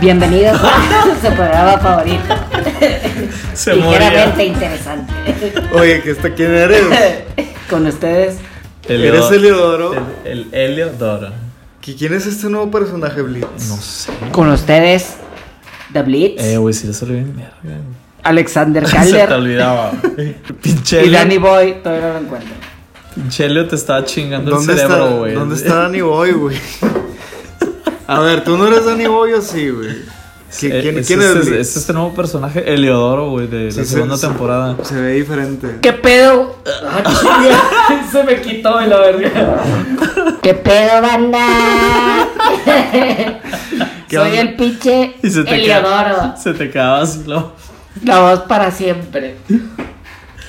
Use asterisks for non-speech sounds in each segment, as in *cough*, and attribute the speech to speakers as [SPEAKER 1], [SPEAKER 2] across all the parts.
[SPEAKER 1] Bienvenidos a *laughs* su programa favorito.
[SPEAKER 2] *laughs* Se moría.
[SPEAKER 1] Ligeramente interesante.
[SPEAKER 2] *laughs*
[SPEAKER 3] Oye, ¿que está quién eres?
[SPEAKER 1] Con ustedes,
[SPEAKER 3] ¿Eres Heliodoro?
[SPEAKER 2] El, el Heliodoro.
[SPEAKER 3] ¿Que ¿Quién es este nuevo personaje, Blitz?
[SPEAKER 2] No sé.
[SPEAKER 1] con ustedes, The Blitz,
[SPEAKER 2] Eh, güey, si lo salió bien, mierda. *laughs*
[SPEAKER 1] Alexander
[SPEAKER 2] Se te
[SPEAKER 1] Calder *laughs*
[SPEAKER 2] olvidaba. Pinche
[SPEAKER 1] y
[SPEAKER 2] Helio-
[SPEAKER 1] Danny Boy. Todavía no lo encuentro.
[SPEAKER 2] Pinche Helio te estaba chingando el
[SPEAKER 3] ¿Dónde, está,
[SPEAKER 2] cerebro, güey.
[SPEAKER 3] ¿Dónde está Danny Boy, güey? *laughs* A ver, ¿tú no eres Danny Boy o sí, güey? ¿Qui-
[SPEAKER 2] Eh,
[SPEAKER 3] ¿Quién,
[SPEAKER 2] es,
[SPEAKER 3] quién
[SPEAKER 2] este,
[SPEAKER 3] es
[SPEAKER 2] es,
[SPEAKER 3] Blitz?
[SPEAKER 2] este nuevo personaje, Heliodoro, güey, de
[SPEAKER 3] Sí,
[SPEAKER 2] la
[SPEAKER 3] se-
[SPEAKER 2] segunda
[SPEAKER 3] se-
[SPEAKER 2] temporada.
[SPEAKER 3] Se ve diferente.
[SPEAKER 1] ¿Qué pedo? *laughs*
[SPEAKER 2] Se me quitó de la verga.
[SPEAKER 1] ¿Qué pedo,
[SPEAKER 2] *laughs*
[SPEAKER 1] banda? Soy el pinche
[SPEAKER 2] Y se te
[SPEAKER 1] Eliodoro.
[SPEAKER 2] queda- Se te quedaba así, lo.
[SPEAKER 1] La voz para siempre.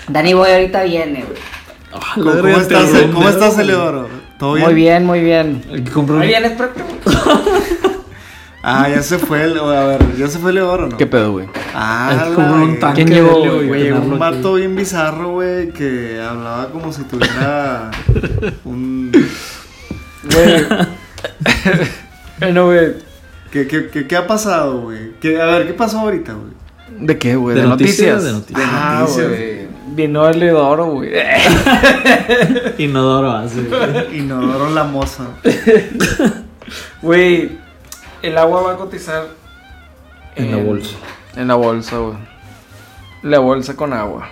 [SPEAKER 1] Danny Boy ahorita viene, güey.
[SPEAKER 3] ¿Cómo, cómo estás, ¿cómo estás, Heliodoro? ¿Todo bien?
[SPEAKER 1] Muy bien, muy bien.
[SPEAKER 2] Compró
[SPEAKER 1] Muy
[SPEAKER 2] un
[SPEAKER 1] bien, es pronto.
[SPEAKER 3] Ah, ya se fue el. A ver, ya se fue Heliodoro, ¿no?
[SPEAKER 4] ¿Qué pedo, güey?
[SPEAKER 3] Ah,
[SPEAKER 2] compró
[SPEAKER 3] la-
[SPEAKER 2] un tanque.
[SPEAKER 4] ¿Quién llegó,
[SPEAKER 2] de Helio,
[SPEAKER 4] güey?
[SPEAKER 2] güey,
[SPEAKER 4] Llegó
[SPEAKER 2] ganarlo
[SPEAKER 3] Un
[SPEAKER 2] aquí.
[SPEAKER 3] vato bien bizarro, güey, que hablaba como si tuviera un...
[SPEAKER 4] Bueno, güey.
[SPEAKER 3] ¿Qué, qué, qué, qué ha pasado, güey? ¿Qué- A ver, ¿qué pasó ahorita, güey?
[SPEAKER 4] ¿De qué, güey?
[SPEAKER 2] ¿De
[SPEAKER 4] ¿De,
[SPEAKER 2] noticias?
[SPEAKER 4] noticias?
[SPEAKER 2] De noticias.
[SPEAKER 3] Ah,
[SPEAKER 4] güey. Vino el Leodoro, güey.
[SPEAKER 2] Inodoro así. güey.
[SPEAKER 3] Inodoro la moza.
[SPEAKER 4] Güey, el agua va a cotizar.
[SPEAKER 2] En la bolsa.
[SPEAKER 4] En la bolsa, güey. La bolsa con agua.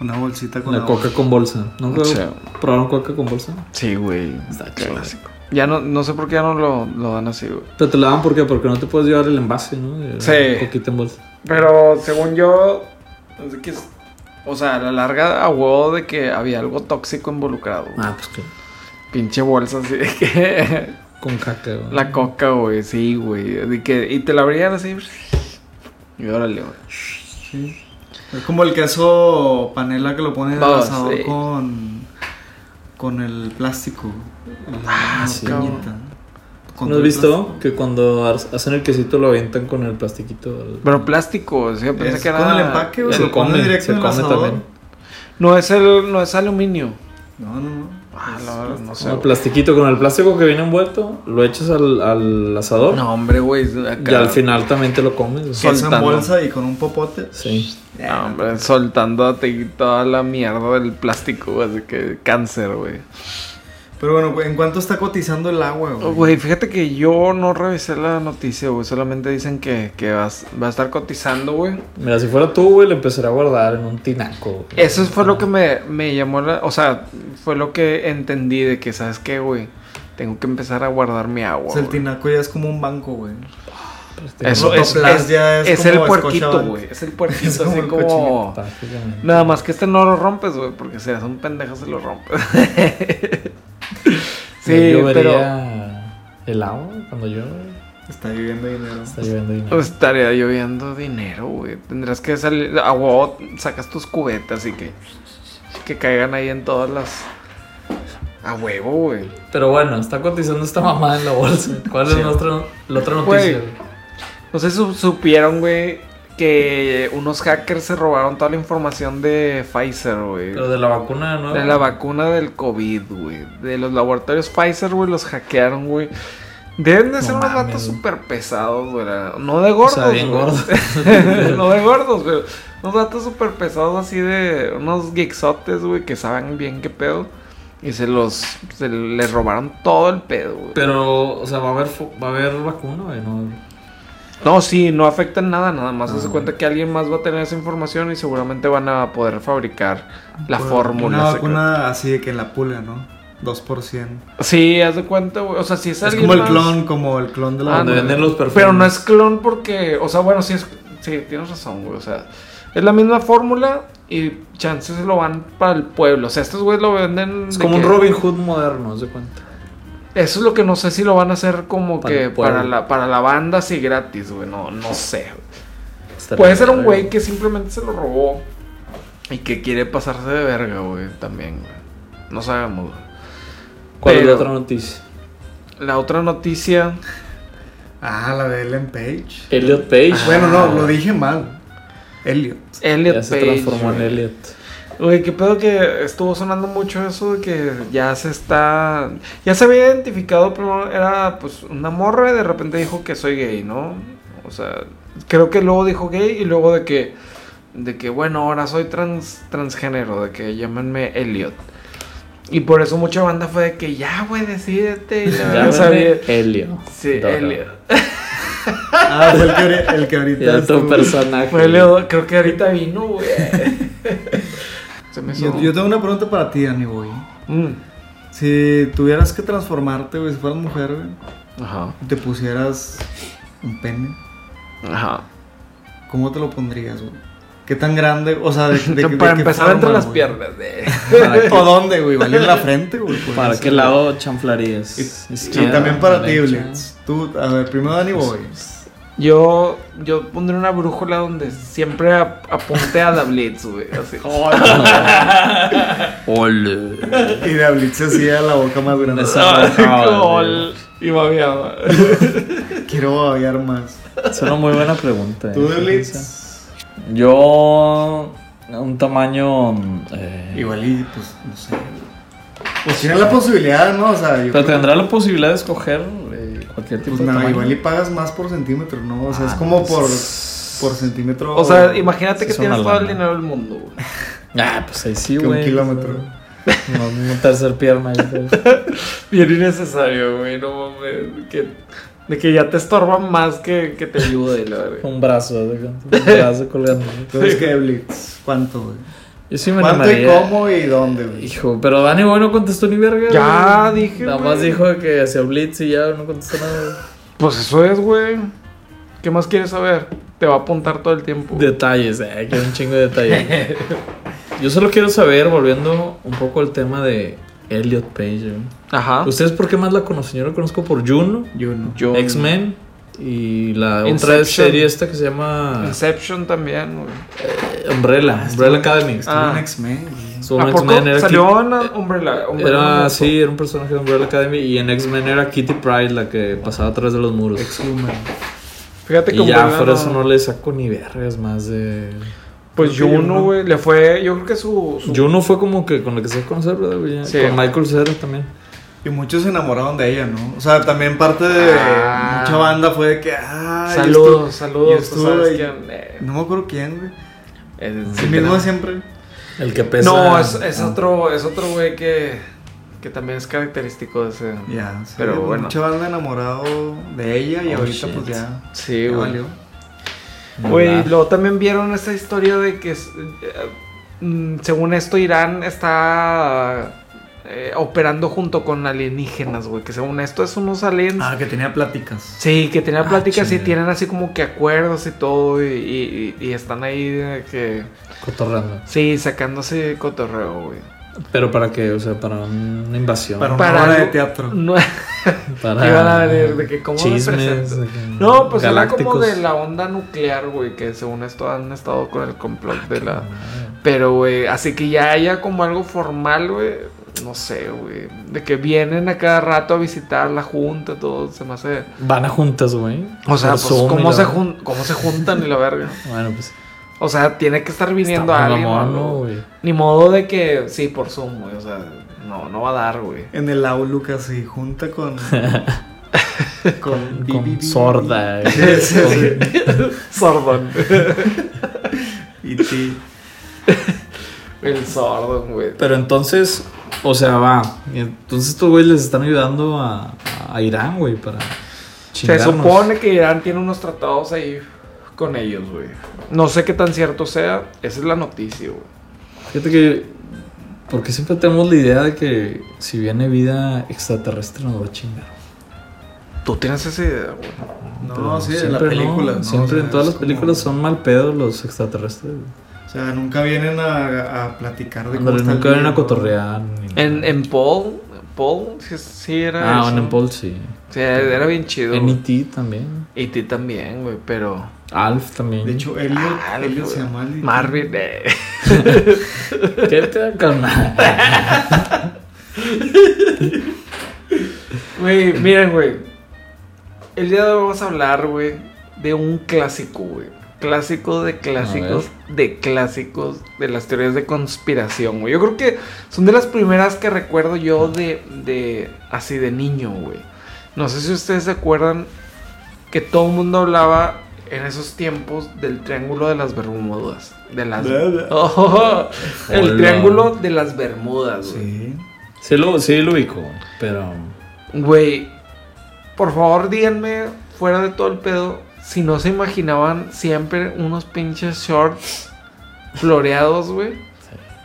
[SPEAKER 3] Una bolsita con
[SPEAKER 2] La
[SPEAKER 3] agua.
[SPEAKER 2] coca con bolsa. ¿Nunca
[SPEAKER 4] Sí.
[SPEAKER 2] probaron coca con bolsa?
[SPEAKER 4] Sí, güey.
[SPEAKER 2] Está chido.
[SPEAKER 4] clásico. Ya no, no sé por qué ya no lo, lo dan así, güey.
[SPEAKER 2] Pero te la dan porque, porque no te puedes llevar el envase, ¿no? De-
[SPEAKER 4] Sí.
[SPEAKER 2] Coquita en bolsa.
[SPEAKER 4] Pero según yo. es de que es- O sea, a la larga a huevo de que había algo tóxico involucrado. güey.
[SPEAKER 2] Ah, pues que.
[SPEAKER 4] Pinche bolsa así de que.
[SPEAKER 2] Con caca, güey.
[SPEAKER 4] La coca, güey, sí, güey. de que- Y te la abrían así. Y órale, güey.
[SPEAKER 3] Es como el queso panela que lo pones en el
[SPEAKER 4] Ah,
[SPEAKER 3] asador
[SPEAKER 4] sí.
[SPEAKER 3] con, con el plástico. güey.
[SPEAKER 4] Ah,
[SPEAKER 3] La
[SPEAKER 2] sí.
[SPEAKER 3] cañita. Con
[SPEAKER 2] ¿No
[SPEAKER 3] todo
[SPEAKER 2] has
[SPEAKER 3] el
[SPEAKER 2] visto que cuando ar- hacen el quesito lo avientan con el plastiquito? al-
[SPEAKER 4] Pero plástico, o sea,
[SPEAKER 3] plástico.
[SPEAKER 4] pensé
[SPEAKER 3] Es
[SPEAKER 4] que era.
[SPEAKER 3] con el empaque, güey.
[SPEAKER 2] Se
[SPEAKER 3] lo pones
[SPEAKER 2] come,
[SPEAKER 3] directo
[SPEAKER 2] se
[SPEAKER 3] en el
[SPEAKER 2] come
[SPEAKER 3] asador.
[SPEAKER 2] también.
[SPEAKER 4] No es el, no es aluminio.
[SPEAKER 3] No, no, no.
[SPEAKER 4] Ah,
[SPEAKER 3] Es
[SPEAKER 4] no, no sé.
[SPEAKER 2] Con el
[SPEAKER 4] güey.
[SPEAKER 2] plastiquito, con el plástico que viene envuelto, lo echas al, al asador
[SPEAKER 4] No, hombre, güey. es acá-
[SPEAKER 2] y al final también te lo comes. güey.
[SPEAKER 3] Queso en
[SPEAKER 4] soltando.
[SPEAKER 3] bolsa y con un popote.
[SPEAKER 2] Sí.
[SPEAKER 4] No, Ah, hombre, soltándote toda la mierda del plástico, güey, así que cáncer, güey.
[SPEAKER 3] Pero bueno, güey, ¿en cuánto está cotizando el agua, güey?
[SPEAKER 4] Oh, Güey, fíjate que yo no revisé la noticia, güey. Solamente dicen que, que vas- va a estar cotizando, güey.
[SPEAKER 2] Mira, si fuera tú, güey, lo empezaré a guardar en un tinaco. güey.
[SPEAKER 4] Eso fue lo que me, me llamó la... O sea, fue lo que entendí de que, ¿sabes qué, güey? Tengo que empezar a guardar mi agua.
[SPEAKER 3] O sea, el
[SPEAKER 4] güey.
[SPEAKER 3] tinaco ya es como un banco, güey.
[SPEAKER 2] Este,
[SPEAKER 4] Eso es,
[SPEAKER 3] Rotoplas
[SPEAKER 4] es-
[SPEAKER 3] ya es
[SPEAKER 4] es
[SPEAKER 3] como
[SPEAKER 4] el
[SPEAKER 3] Scotiabank.
[SPEAKER 4] puerquito, güey. Es el puerquito,
[SPEAKER 3] *laughs* Es como
[SPEAKER 4] así
[SPEAKER 3] el
[SPEAKER 4] como...
[SPEAKER 2] Prácticamente.
[SPEAKER 4] Nada más que este no lo rompes, güey, porque si eres un pendejo se lo rompes. *laughs* sí,
[SPEAKER 2] yo
[SPEAKER 4] pero
[SPEAKER 2] vería el agua cuando llueve.
[SPEAKER 3] Está viviendo dinero.
[SPEAKER 2] Está lloviendo dinero.
[SPEAKER 4] pues, estaría lloviendo dinero, güey. Tendrás que salir... Agua, sacas tus cubetas y que... Que caigan ahí en todas las... A huevo, güey.
[SPEAKER 2] Pero bueno, está cotizando esta mamada en la bolsa. ¿Cuál es
[SPEAKER 3] Sí.
[SPEAKER 2] nuestra, la otra
[SPEAKER 4] Güey.
[SPEAKER 2] noticia? güey?
[SPEAKER 4] No sé si supieron, güey, que unos hackers se robaron toda la información de Pfizer, güey.
[SPEAKER 2] Lo de la vacuna nueva.
[SPEAKER 4] De la vacuna del COVID, güey. De los laboratorios Pfizer, güey, los hackearon, güey. Deben de
[SPEAKER 2] No
[SPEAKER 4] ser unos
[SPEAKER 2] mames.
[SPEAKER 4] datos súper pesados, güey. la- No de gordos,
[SPEAKER 2] sea, bien
[SPEAKER 4] güey.
[SPEAKER 2] gordos.
[SPEAKER 4] *laughs* no de gordos, güey. Unos datos súper pesados así de unos geeksotes, güey, que saben bien qué pedo. Y se los... Se les robaron todo el pedo, güey.
[SPEAKER 2] Pero, o sea, va a haber, fu- va a haber vacuna, güey. No,
[SPEAKER 4] No, sí, no afecta en nada, nada más. Hace
[SPEAKER 2] Ah,
[SPEAKER 4] cuenta que alguien más va a tener esa información y seguramente van a poder fabricar la
[SPEAKER 2] Bueno,
[SPEAKER 4] fórmula.
[SPEAKER 3] Una
[SPEAKER 4] secreta.
[SPEAKER 3] vacuna así de que en la pulga, ¿no? 2%.
[SPEAKER 4] Sí, haz de cuenta, güey. O sea, si es,
[SPEAKER 3] Es
[SPEAKER 4] alguien
[SPEAKER 3] como el
[SPEAKER 4] más-
[SPEAKER 3] clon, como el clon de la
[SPEAKER 4] Ah,
[SPEAKER 2] Donde
[SPEAKER 4] no,
[SPEAKER 2] venden los perfumes.
[SPEAKER 4] Pero no es clon porque, o sea, bueno, sí es. Sí, tienes razón, güey. O sea, es la misma fórmula y chances lo van para el pueblo. O sea, estos güeyes lo venden.
[SPEAKER 2] Es
[SPEAKER 4] de
[SPEAKER 2] como un
[SPEAKER 4] que-
[SPEAKER 2] Robin Hood moderno, se cuenta.
[SPEAKER 4] Eso es lo que no sé si lo van a hacer como
[SPEAKER 2] Para
[SPEAKER 4] que
[SPEAKER 2] el pueblo.
[SPEAKER 4] para la, para la banda así gratis, güey. No, no sé, güey. Puede ser un güey que simplemente se lo robó y que quiere pasarse de verga, güey, también, güey. No sabemos, güey.
[SPEAKER 2] ¿Cuál es la
[SPEAKER 4] Pero-
[SPEAKER 2] otra noticia?
[SPEAKER 4] La otra noticia.
[SPEAKER 3] Ah, la de Ellen Page.
[SPEAKER 2] Elliot Page.
[SPEAKER 4] Ah,
[SPEAKER 3] Bueno, no, lo dije mal. Elliot.
[SPEAKER 4] Elliot
[SPEAKER 2] ya se
[SPEAKER 4] Page,
[SPEAKER 2] transformó en
[SPEAKER 4] güey.
[SPEAKER 2] Elliot.
[SPEAKER 4] Güey, qué pedo que estuvo sonando mucho eso de que ya se está. Ya se había identificado, primero era pues una morra y de repente dijo que soy gay, ¿no? O sea, creo que luego dijo gay y luego de que, de que bueno, ahora soy trans, transgénero, de que llámenme Elliot. Y por eso mucha banda fue de que ya, güey, decídete. y la verdad, o sea,
[SPEAKER 2] Llámame Helio.
[SPEAKER 4] Sí,
[SPEAKER 2] Dora.
[SPEAKER 4] Elliot.
[SPEAKER 3] Ah, fue el que, ahori- el que ahorita.
[SPEAKER 2] Ya tu
[SPEAKER 3] estuvo.
[SPEAKER 2] personaje.
[SPEAKER 4] Fue Elliot, creo que ahorita vino, güey. *laughs* Se me hizo.
[SPEAKER 3] Yo, yo tengo una pregunta para ti, Dani, güey.
[SPEAKER 4] Mm.
[SPEAKER 3] Si tuvieras que transformarte, güey, si fueras mujer, güey,
[SPEAKER 4] Ajá.
[SPEAKER 3] y te pusieras un pene,
[SPEAKER 4] Ajá.
[SPEAKER 3] ¿cómo te lo pondrías, güey? ¿Qué tan grande? O sea, de, de-
[SPEAKER 4] *laughs*
[SPEAKER 3] de
[SPEAKER 4] Para
[SPEAKER 3] qué
[SPEAKER 4] empezar
[SPEAKER 3] forma,
[SPEAKER 4] entre las
[SPEAKER 3] güey?
[SPEAKER 4] piernas. de-
[SPEAKER 2] ¿Para qué,
[SPEAKER 3] ¿O dónde, güey? ¿Vale en la frente, güey? Pues,
[SPEAKER 2] para qué lado chanflarías?
[SPEAKER 3] Y, y
[SPEAKER 2] Izquierda,
[SPEAKER 3] también para ti,
[SPEAKER 2] derecha.
[SPEAKER 3] Blitz. Tú, a ver, primero Dani, güey.
[SPEAKER 4] *laughs* Yo, yo pondré una brújula donde siempre ap- apunte a la Blitz, güey. Así.
[SPEAKER 2] *laughs* Ole.
[SPEAKER 3] Y de Blitz se hacía la boca más grande.
[SPEAKER 2] Esa-
[SPEAKER 4] *laughs*
[SPEAKER 3] *laughs*
[SPEAKER 4] Gol. Y babeaba.
[SPEAKER 3] Quiero babear más.
[SPEAKER 2] Es una muy buena pregunta. eh.
[SPEAKER 3] Tú de Blitz.
[SPEAKER 2] Yo. Un tamaño. eh,
[SPEAKER 3] Igual y, pues, no sé. Pues tiene la posibilidad, ¿no? O sea, yo
[SPEAKER 2] Pero
[SPEAKER 3] creo que-
[SPEAKER 2] tendrá la posibilidad de escoger eh, cualquier tipo
[SPEAKER 3] Pues
[SPEAKER 2] de
[SPEAKER 3] nada,
[SPEAKER 2] tamaño.
[SPEAKER 3] igual y pagas más por centímetro, ¿no? O sea, es
[SPEAKER 2] Ah,
[SPEAKER 3] como
[SPEAKER 2] no,
[SPEAKER 3] por,
[SPEAKER 2] pues-
[SPEAKER 3] por centímetro.
[SPEAKER 4] O sea, imagínate
[SPEAKER 2] Sí,
[SPEAKER 4] que
[SPEAKER 2] son
[SPEAKER 4] tienes todo el
[SPEAKER 2] algo,
[SPEAKER 4] dinero del mundo, güey.
[SPEAKER 2] Ah, pues ahí sí,
[SPEAKER 3] que
[SPEAKER 2] güey.
[SPEAKER 3] un kilómetro.
[SPEAKER 2] No, no tercer pierna. yo creo.
[SPEAKER 4] Bien innecesario, güey. No mames. que- de que ya te estorba más que, que te ayude, la verdad.
[SPEAKER 2] un brazo, de cuenta, un brazo colgando.
[SPEAKER 3] Entonces, ¿qué, Blitz? ¿Cuánto, güey?
[SPEAKER 2] Yo sí me
[SPEAKER 3] ¿Cuánto y
[SPEAKER 2] animaría.
[SPEAKER 3] cómo y dónde, güey?
[SPEAKER 2] Hijo, pero Dani Boy no contestó ni verga.
[SPEAKER 4] Ya
[SPEAKER 2] güey.
[SPEAKER 4] dije,
[SPEAKER 2] Nada
[SPEAKER 4] güey.
[SPEAKER 2] más dijo que hacía blitz y ya no contestó nada.
[SPEAKER 4] Pues eso es, güey. ¿Qué más quieres saber? Te va a apuntar todo el tiempo.
[SPEAKER 2] Detalles, eh, que un chingo de detalles. Yo solo quiero saber, volviendo un poco al tema de Elliot Page. güey.
[SPEAKER 4] Ajá.
[SPEAKER 2] ¿Ustedes por qué más la conocen? Yo la conozco por Juno,
[SPEAKER 3] Yo no.
[SPEAKER 4] Ah. Pues, Yo-
[SPEAKER 2] X-Men y la otra
[SPEAKER 4] Inception.
[SPEAKER 2] serie esta que se llama
[SPEAKER 4] Inception también, güey.
[SPEAKER 2] eh, Umbrella, Umbrella Academy.
[SPEAKER 3] Estuve
[SPEAKER 4] Ah.
[SPEAKER 3] en X-Men, güey.
[SPEAKER 2] Estuvo en
[SPEAKER 4] ¿A poco?
[SPEAKER 2] X-Men, era
[SPEAKER 4] Salió
[SPEAKER 2] Kit-
[SPEAKER 4] en Umbrella. Umbrella
[SPEAKER 2] Eh, Era,
[SPEAKER 4] Umbrella.
[SPEAKER 2] sí, era un personaje de Umbrella Academy y en X-Men era Kitty Pride la que pasaba atrás de los muros.
[SPEAKER 3] X-Woman.
[SPEAKER 4] Fíjate que
[SPEAKER 2] Y ya
[SPEAKER 4] Umbrella
[SPEAKER 2] por eso no le saco ni vergas más de...
[SPEAKER 4] Pues
[SPEAKER 3] Creo que Juno.
[SPEAKER 4] Juno, güey, le fue. Yo creo que su. su-
[SPEAKER 2] Juno fue como que con la que se conocer, ¿verdad? güey? Ya,
[SPEAKER 4] Sí.
[SPEAKER 2] Con Michael Cera también.
[SPEAKER 3] Y muchos se enamoraron de ella, ¿no? O sea, también parte de
[SPEAKER 4] Ah.
[SPEAKER 3] mucha banda fue de que, ah, yo
[SPEAKER 4] saludos,
[SPEAKER 3] estu-
[SPEAKER 4] saludos.
[SPEAKER 3] yo
[SPEAKER 4] tú
[SPEAKER 3] estuve
[SPEAKER 4] sabes
[SPEAKER 3] ahí.
[SPEAKER 4] quién, eh,
[SPEAKER 3] No me acuerdo quién, güey.
[SPEAKER 4] eh,
[SPEAKER 3] El
[SPEAKER 4] sí,
[SPEAKER 3] mismo
[SPEAKER 4] que
[SPEAKER 3] de siempre.
[SPEAKER 2] El que
[SPEAKER 4] no.
[SPEAKER 2] pesa...
[SPEAKER 4] No, es, es
[SPEAKER 2] Ah.
[SPEAKER 4] otro, es otro güey que. Que también es característico de ese.
[SPEAKER 3] Ya, sí,
[SPEAKER 4] Pero bueno.
[SPEAKER 3] Mucha banda enamorado de ella y
[SPEAKER 2] Oh,
[SPEAKER 3] ahorita,
[SPEAKER 2] shit.
[SPEAKER 3] pues ya.
[SPEAKER 4] Sí,
[SPEAKER 3] ya
[SPEAKER 4] güey.
[SPEAKER 3] valió.
[SPEAKER 4] Güey,
[SPEAKER 2] Nah.
[SPEAKER 4] luego también vieron esa historia de que. es- eh, mm, Según esto, Irán está. eh, operando junto con alienígenas, güey. Que según esto es unos aliens.
[SPEAKER 3] Ah, que tenía pláticas.
[SPEAKER 4] Sí, que tenía
[SPEAKER 2] Ah,
[SPEAKER 4] pláticas y
[SPEAKER 2] chinga.
[SPEAKER 4] tienen así como que acuerdos y todo y, y- y- y están ahí de que...
[SPEAKER 2] Cotorreando.
[SPEAKER 4] Sí, sacándose cotorreo, güey.
[SPEAKER 2] Pero para qué, o sea, para una invasión.
[SPEAKER 3] Para
[SPEAKER 2] Para...
[SPEAKER 3] una obra de
[SPEAKER 4] algo-
[SPEAKER 3] teatro.
[SPEAKER 2] *laughs*
[SPEAKER 4] No, *laughs* iban a venir de que cómo me presento.
[SPEAKER 2] de que-
[SPEAKER 4] no, pues era como
[SPEAKER 2] galácticos.
[SPEAKER 4] de la onda nuclear, güey, que según esto han estado con el complot de la... Pero, güey, así que ya haya como algo formal, güey. No sé, güey. De que vienen a cada rato a visitar la junta, todo, se me hace...
[SPEAKER 2] Van a juntas, güey.
[SPEAKER 4] O sea,
[SPEAKER 2] Por
[SPEAKER 4] pues,
[SPEAKER 2] Zoom y
[SPEAKER 4] ¿cómo
[SPEAKER 2] la-
[SPEAKER 4] se, jun- ¿cómo se juntan y la verga?
[SPEAKER 2] Bueno, pues...
[SPEAKER 4] O sea, tiene que estar viniendo
[SPEAKER 2] está muy
[SPEAKER 4] alguien.
[SPEAKER 2] mamón,
[SPEAKER 4] ¿no?
[SPEAKER 2] ¿no, güey?
[SPEAKER 4] Ni modo de que sí, por Zoom, güey. O sea, no, no va a dar, *laughs* güey.
[SPEAKER 3] En el Outlook así, junta
[SPEAKER 2] *laughs*
[SPEAKER 3] con. con. *laughs*
[SPEAKER 2] Con sorda. güey.
[SPEAKER 4] Sordón.
[SPEAKER 3] Y ti.
[SPEAKER 4] El sordón, güey.
[SPEAKER 2] Pero entonces, o sea, va. Entonces estos güeyes les están ayudando a, a Irán, güey, para
[SPEAKER 4] Se
[SPEAKER 2] chingarnos.
[SPEAKER 4] supone que Irán tiene unos tratados ahí con ellos, güey. No sé qué tan cierto sea. Esa es la noticia, güey.
[SPEAKER 2] Fíjate que... Porque siempre tenemos la idea de que si viene vida extraterrestre nos va a chingar.
[SPEAKER 4] Tú tienes esa idea, güey.
[SPEAKER 3] No,
[SPEAKER 2] Pero
[SPEAKER 3] sí, en la
[SPEAKER 2] siempre no,
[SPEAKER 3] película. ¿no?
[SPEAKER 2] Siempre
[SPEAKER 3] O sea,
[SPEAKER 2] en todas
[SPEAKER 3] es
[SPEAKER 2] las películas
[SPEAKER 3] como-
[SPEAKER 2] son mal pedo los extraterrestres. güey.
[SPEAKER 3] O sea, nunca vienen a, a platicar de
[SPEAKER 2] Ándale,
[SPEAKER 3] está el
[SPEAKER 2] nunca vienen a
[SPEAKER 3] mundo.
[SPEAKER 2] cotorrear. ni nada.
[SPEAKER 4] En, en Paul, Paul, sí, sí era.
[SPEAKER 2] Ah,
[SPEAKER 4] eso.
[SPEAKER 2] bueno, en Paul sí.
[SPEAKER 4] Sí, era bien chido.
[SPEAKER 2] En
[SPEAKER 4] güey.
[SPEAKER 2] E.T. también.
[SPEAKER 4] Y ti también, güey, pero.
[SPEAKER 2] Alf también.
[SPEAKER 3] De hecho, Elliot,
[SPEAKER 4] Ah,
[SPEAKER 3] Elliot
[SPEAKER 4] güey.
[SPEAKER 3] se llama Elliot.
[SPEAKER 4] Marvin, eh.
[SPEAKER 2] *laughs* ¿Qué te da calma?
[SPEAKER 3] *laughs*
[SPEAKER 4] Güey, miren, güey. El día de hoy vamos a hablar, güey, de un clásico, güey. Clásico de clásicos, de clásicos de las teorías de conspiración, güey. Yo creo que son de las primeras que recuerdo yo
[SPEAKER 3] Ah.
[SPEAKER 4] de, de así de niño, güey. No sé si ustedes se acuerdan que todo el mundo hablaba en esos tiempos del Triángulo de las Bermudas. De las...
[SPEAKER 3] Bla, bla.
[SPEAKER 4] Oh, *laughs* el
[SPEAKER 2] Hola.
[SPEAKER 4] Triángulo de las Bermudas, güey.
[SPEAKER 3] Sí.
[SPEAKER 2] Sí lo, sí lo ubico, pero.
[SPEAKER 4] Güey, por favor díganme, fuera de todo el pedo, si no se imaginaban siempre unos pinches shorts floreados, güey.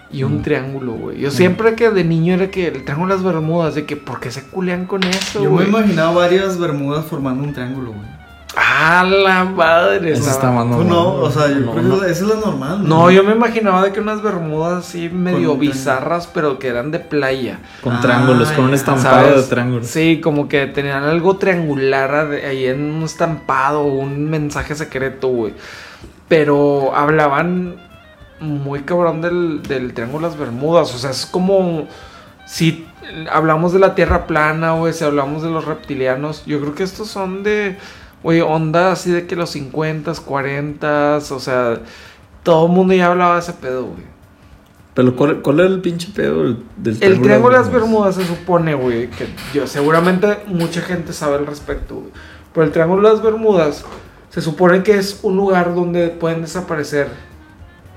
[SPEAKER 4] Y un triángulo, güey. Yo siempre que de niño era que el triángulo de las Bermudas, de que ¿por qué se culean con eso,
[SPEAKER 3] Yo me
[SPEAKER 4] güey?
[SPEAKER 3] imaginaba varias bermudas formando un triángulo, güey.
[SPEAKER 4] Ah, la madre.
[SPEAKER 2] Eso
[SPEAKER 4] esa-
[SPEAKER 2] está más
[SPEAKER 3] No,
[SPEAKER 2] normal.
[SPEAKER 3] no, o sea, yo
[SPEAKER 2] No,
[SPEAKER 3] creo
[SPEAKER 2] no.
[SPEAKER 3] que esa es la normal.
[SPEAKER 4] No, yo me imaginaba de que unas bermudas así medio
[SPEAKER 3] un triángulo.
[SPEAKER 4] bizarras, pero que eran de playa.
[SPEAKER 2] Con
[SPEAKER 3] Ah,
[SPEAKER 2] triángulos, con un
[SPEAKER 3] ya,
[SPEAKER 2] estampado
[SPEAKER 4] ¿sabes?
[SPEAKER 2] de triángulos.
[SPEAKER 4] Sí, como que tenían algo triangular ad- ahí en un estampado, un mensaje secreto, güey. Pero hablaban muy cabrón del, del Triángulo de las Bermudas. O sea, es como si hablamos de la Tierra plana, güey, si hablamos de los reptilianos. Yo creo que estos son de, güey, onda así de que los 50, 40, o sea, todo el mundo ya hablaba de ese pedo, güey.
[SPEAKER 2] Pero ¿cuál, cuál era el pinche pedo del, del
[SPEAKER 4] El Triángulo de las
[SPEAKER 2] Bermudas?
[SPEAKER 4] Bermudas se supone, güey, que yo seguramente mucha gente sabe al respecto, güey. Pero el Triángulo de las Bermudas se supone que es un lugar donde pueden desaparecer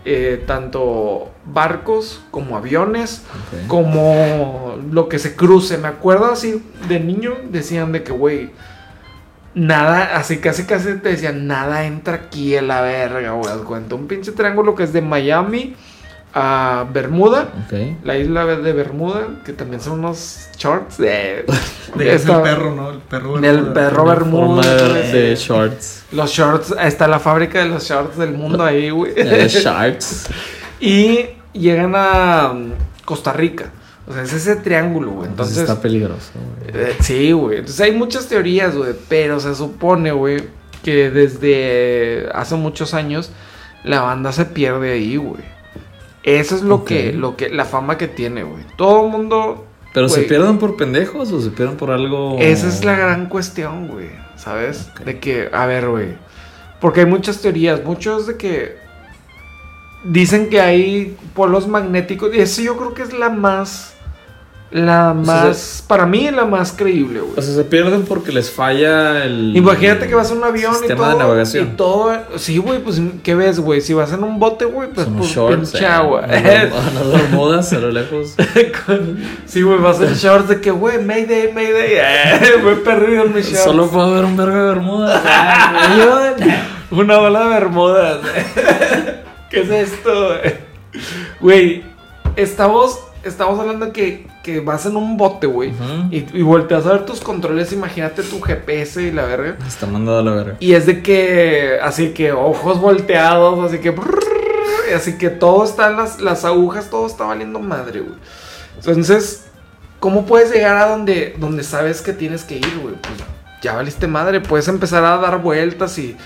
[SPEAKER 4] eh, tanto barcos como aviones,
[SPEAKER 2] Ok.
[SPEAKER 4] como lo que se cruce. Me acuerdo así de niño, decían de que, güey, nada, así casi casi te decían, nada entra aquí a la verga, güey. Haz cuenta, un pinche triángulo que es de Miami a Bermuda.
[SPEAKER 2] Ok.
[SPEAKER 4] La isla de Bermuda, que también son unos shorts de.
[SPEAKER 3] De ese
[SPEAKER 4] esta-
[SPEAKER 3] perro, ¿no? El perro
[SPEAKER 4] Del perro
[SPEAKER 2] Una forma
[SPEAKER 4] Bermuda.
[SPEAKER 2] de,
[SPEAKER 4] güey.
[SPEAKER 2] de
[SPEAKER 4] *laughs*
[SPEAKER 2] shorts.
[SPEAKER 4] Los shorts, está la fábrica de los shorts del mundo ahí, güey.
[SPEAKER 2] *laughs* De Eh, sharks.
[SPEAKER 4] y llegan a mm, Costa Rica. O sea, es ese triángulo, güey.
[SPEAKER 2] Entonces
[SPEAKER 4] Entonces.
[SPEAKER 2] está peligroso, güey.
[SPEAKER 4] eh, sí, güey. Entonces hay muchas teorías, güey. Pero se supone, güey, que desde hace muchos años la banda se pierde ahí, güey. Eso es lo
[SPEAKER 2] Ok.
[SPEAKER 4] que, lo que, la fama que tiene, güey. Todo el mundo
[SPEAKER 2] ¿Pero se
[SPEAKER 4] güey.
[SPEAKER 2] pierden por pendejos o se pierden por algo...?
[SPEAKER 4] Esa es
[SPEAKER 2] Oh.
[SPEAKER 4] la gran cuestión, güey. ¿Sabes? De que, a ver, güey. Porque hay muchas teorías. Muchos de que dicen que hay polos magnéticos. Y eso yo creo que es la más. La más. para mí, la más creíble, güey.
[SPEAKER 2] O sea, se pierden porque les falla el...
[SPEAKER 4] Imagínate que vas en un avión y
[SPEAKER 2] sistema
[SPEAKER 4] todo.
[SPEAKER 2] de navegación.
[SPEAKER 4] Y todo. Sí, güey, pues, ¿qué ves, güey? Si vas en un bote, güey, pues,
[SPEAKER 2] Son unos
[SPEAKER 4] pues
[SPEAKER 2] shorts.
[SPEAKER 4] pinche
[SPEAKER 2] eh,
[SPEAKER 4] agua.
[SPEAKER 2] unas- unas bermudas a lo lejos.
[SPEAKER 4] *laughs* Con- sí, güey, vas en shorts de que, güey, Mayday, Mayday. *laughs* Eh, güey, perdido en mi shorts.
[SPEAKER 2] Solo puedo ver un vergo de bermudas. Ay,
[SPEAKER 4] *laughs*
[SPEAKER 2] güey. eh.
[SPEAKER 4] Una ola de Bermudas. *laughs* ¿Qué es esto? Güey, estamos, estamos hablando que, que vas en un bote, güey.
[SPEAKER 2] Ujú.
[SPEAKER 4] y, y volteas a ver tus controles, imagínate tu GPS y la verga.
[SPEAKER 2] Me Está mandado a la verga.
[SPEAKER 4] Y es de que, así que ojos volteados, así que... brrr, así que todo está en las, las agujas, todo está valiendo madre, güey. Entonces, ¿cómo puedes llegar a donde, donde sabes que tienes que ir, güey? Pues ya valiste madre, puedes empezar a dar vueltas y,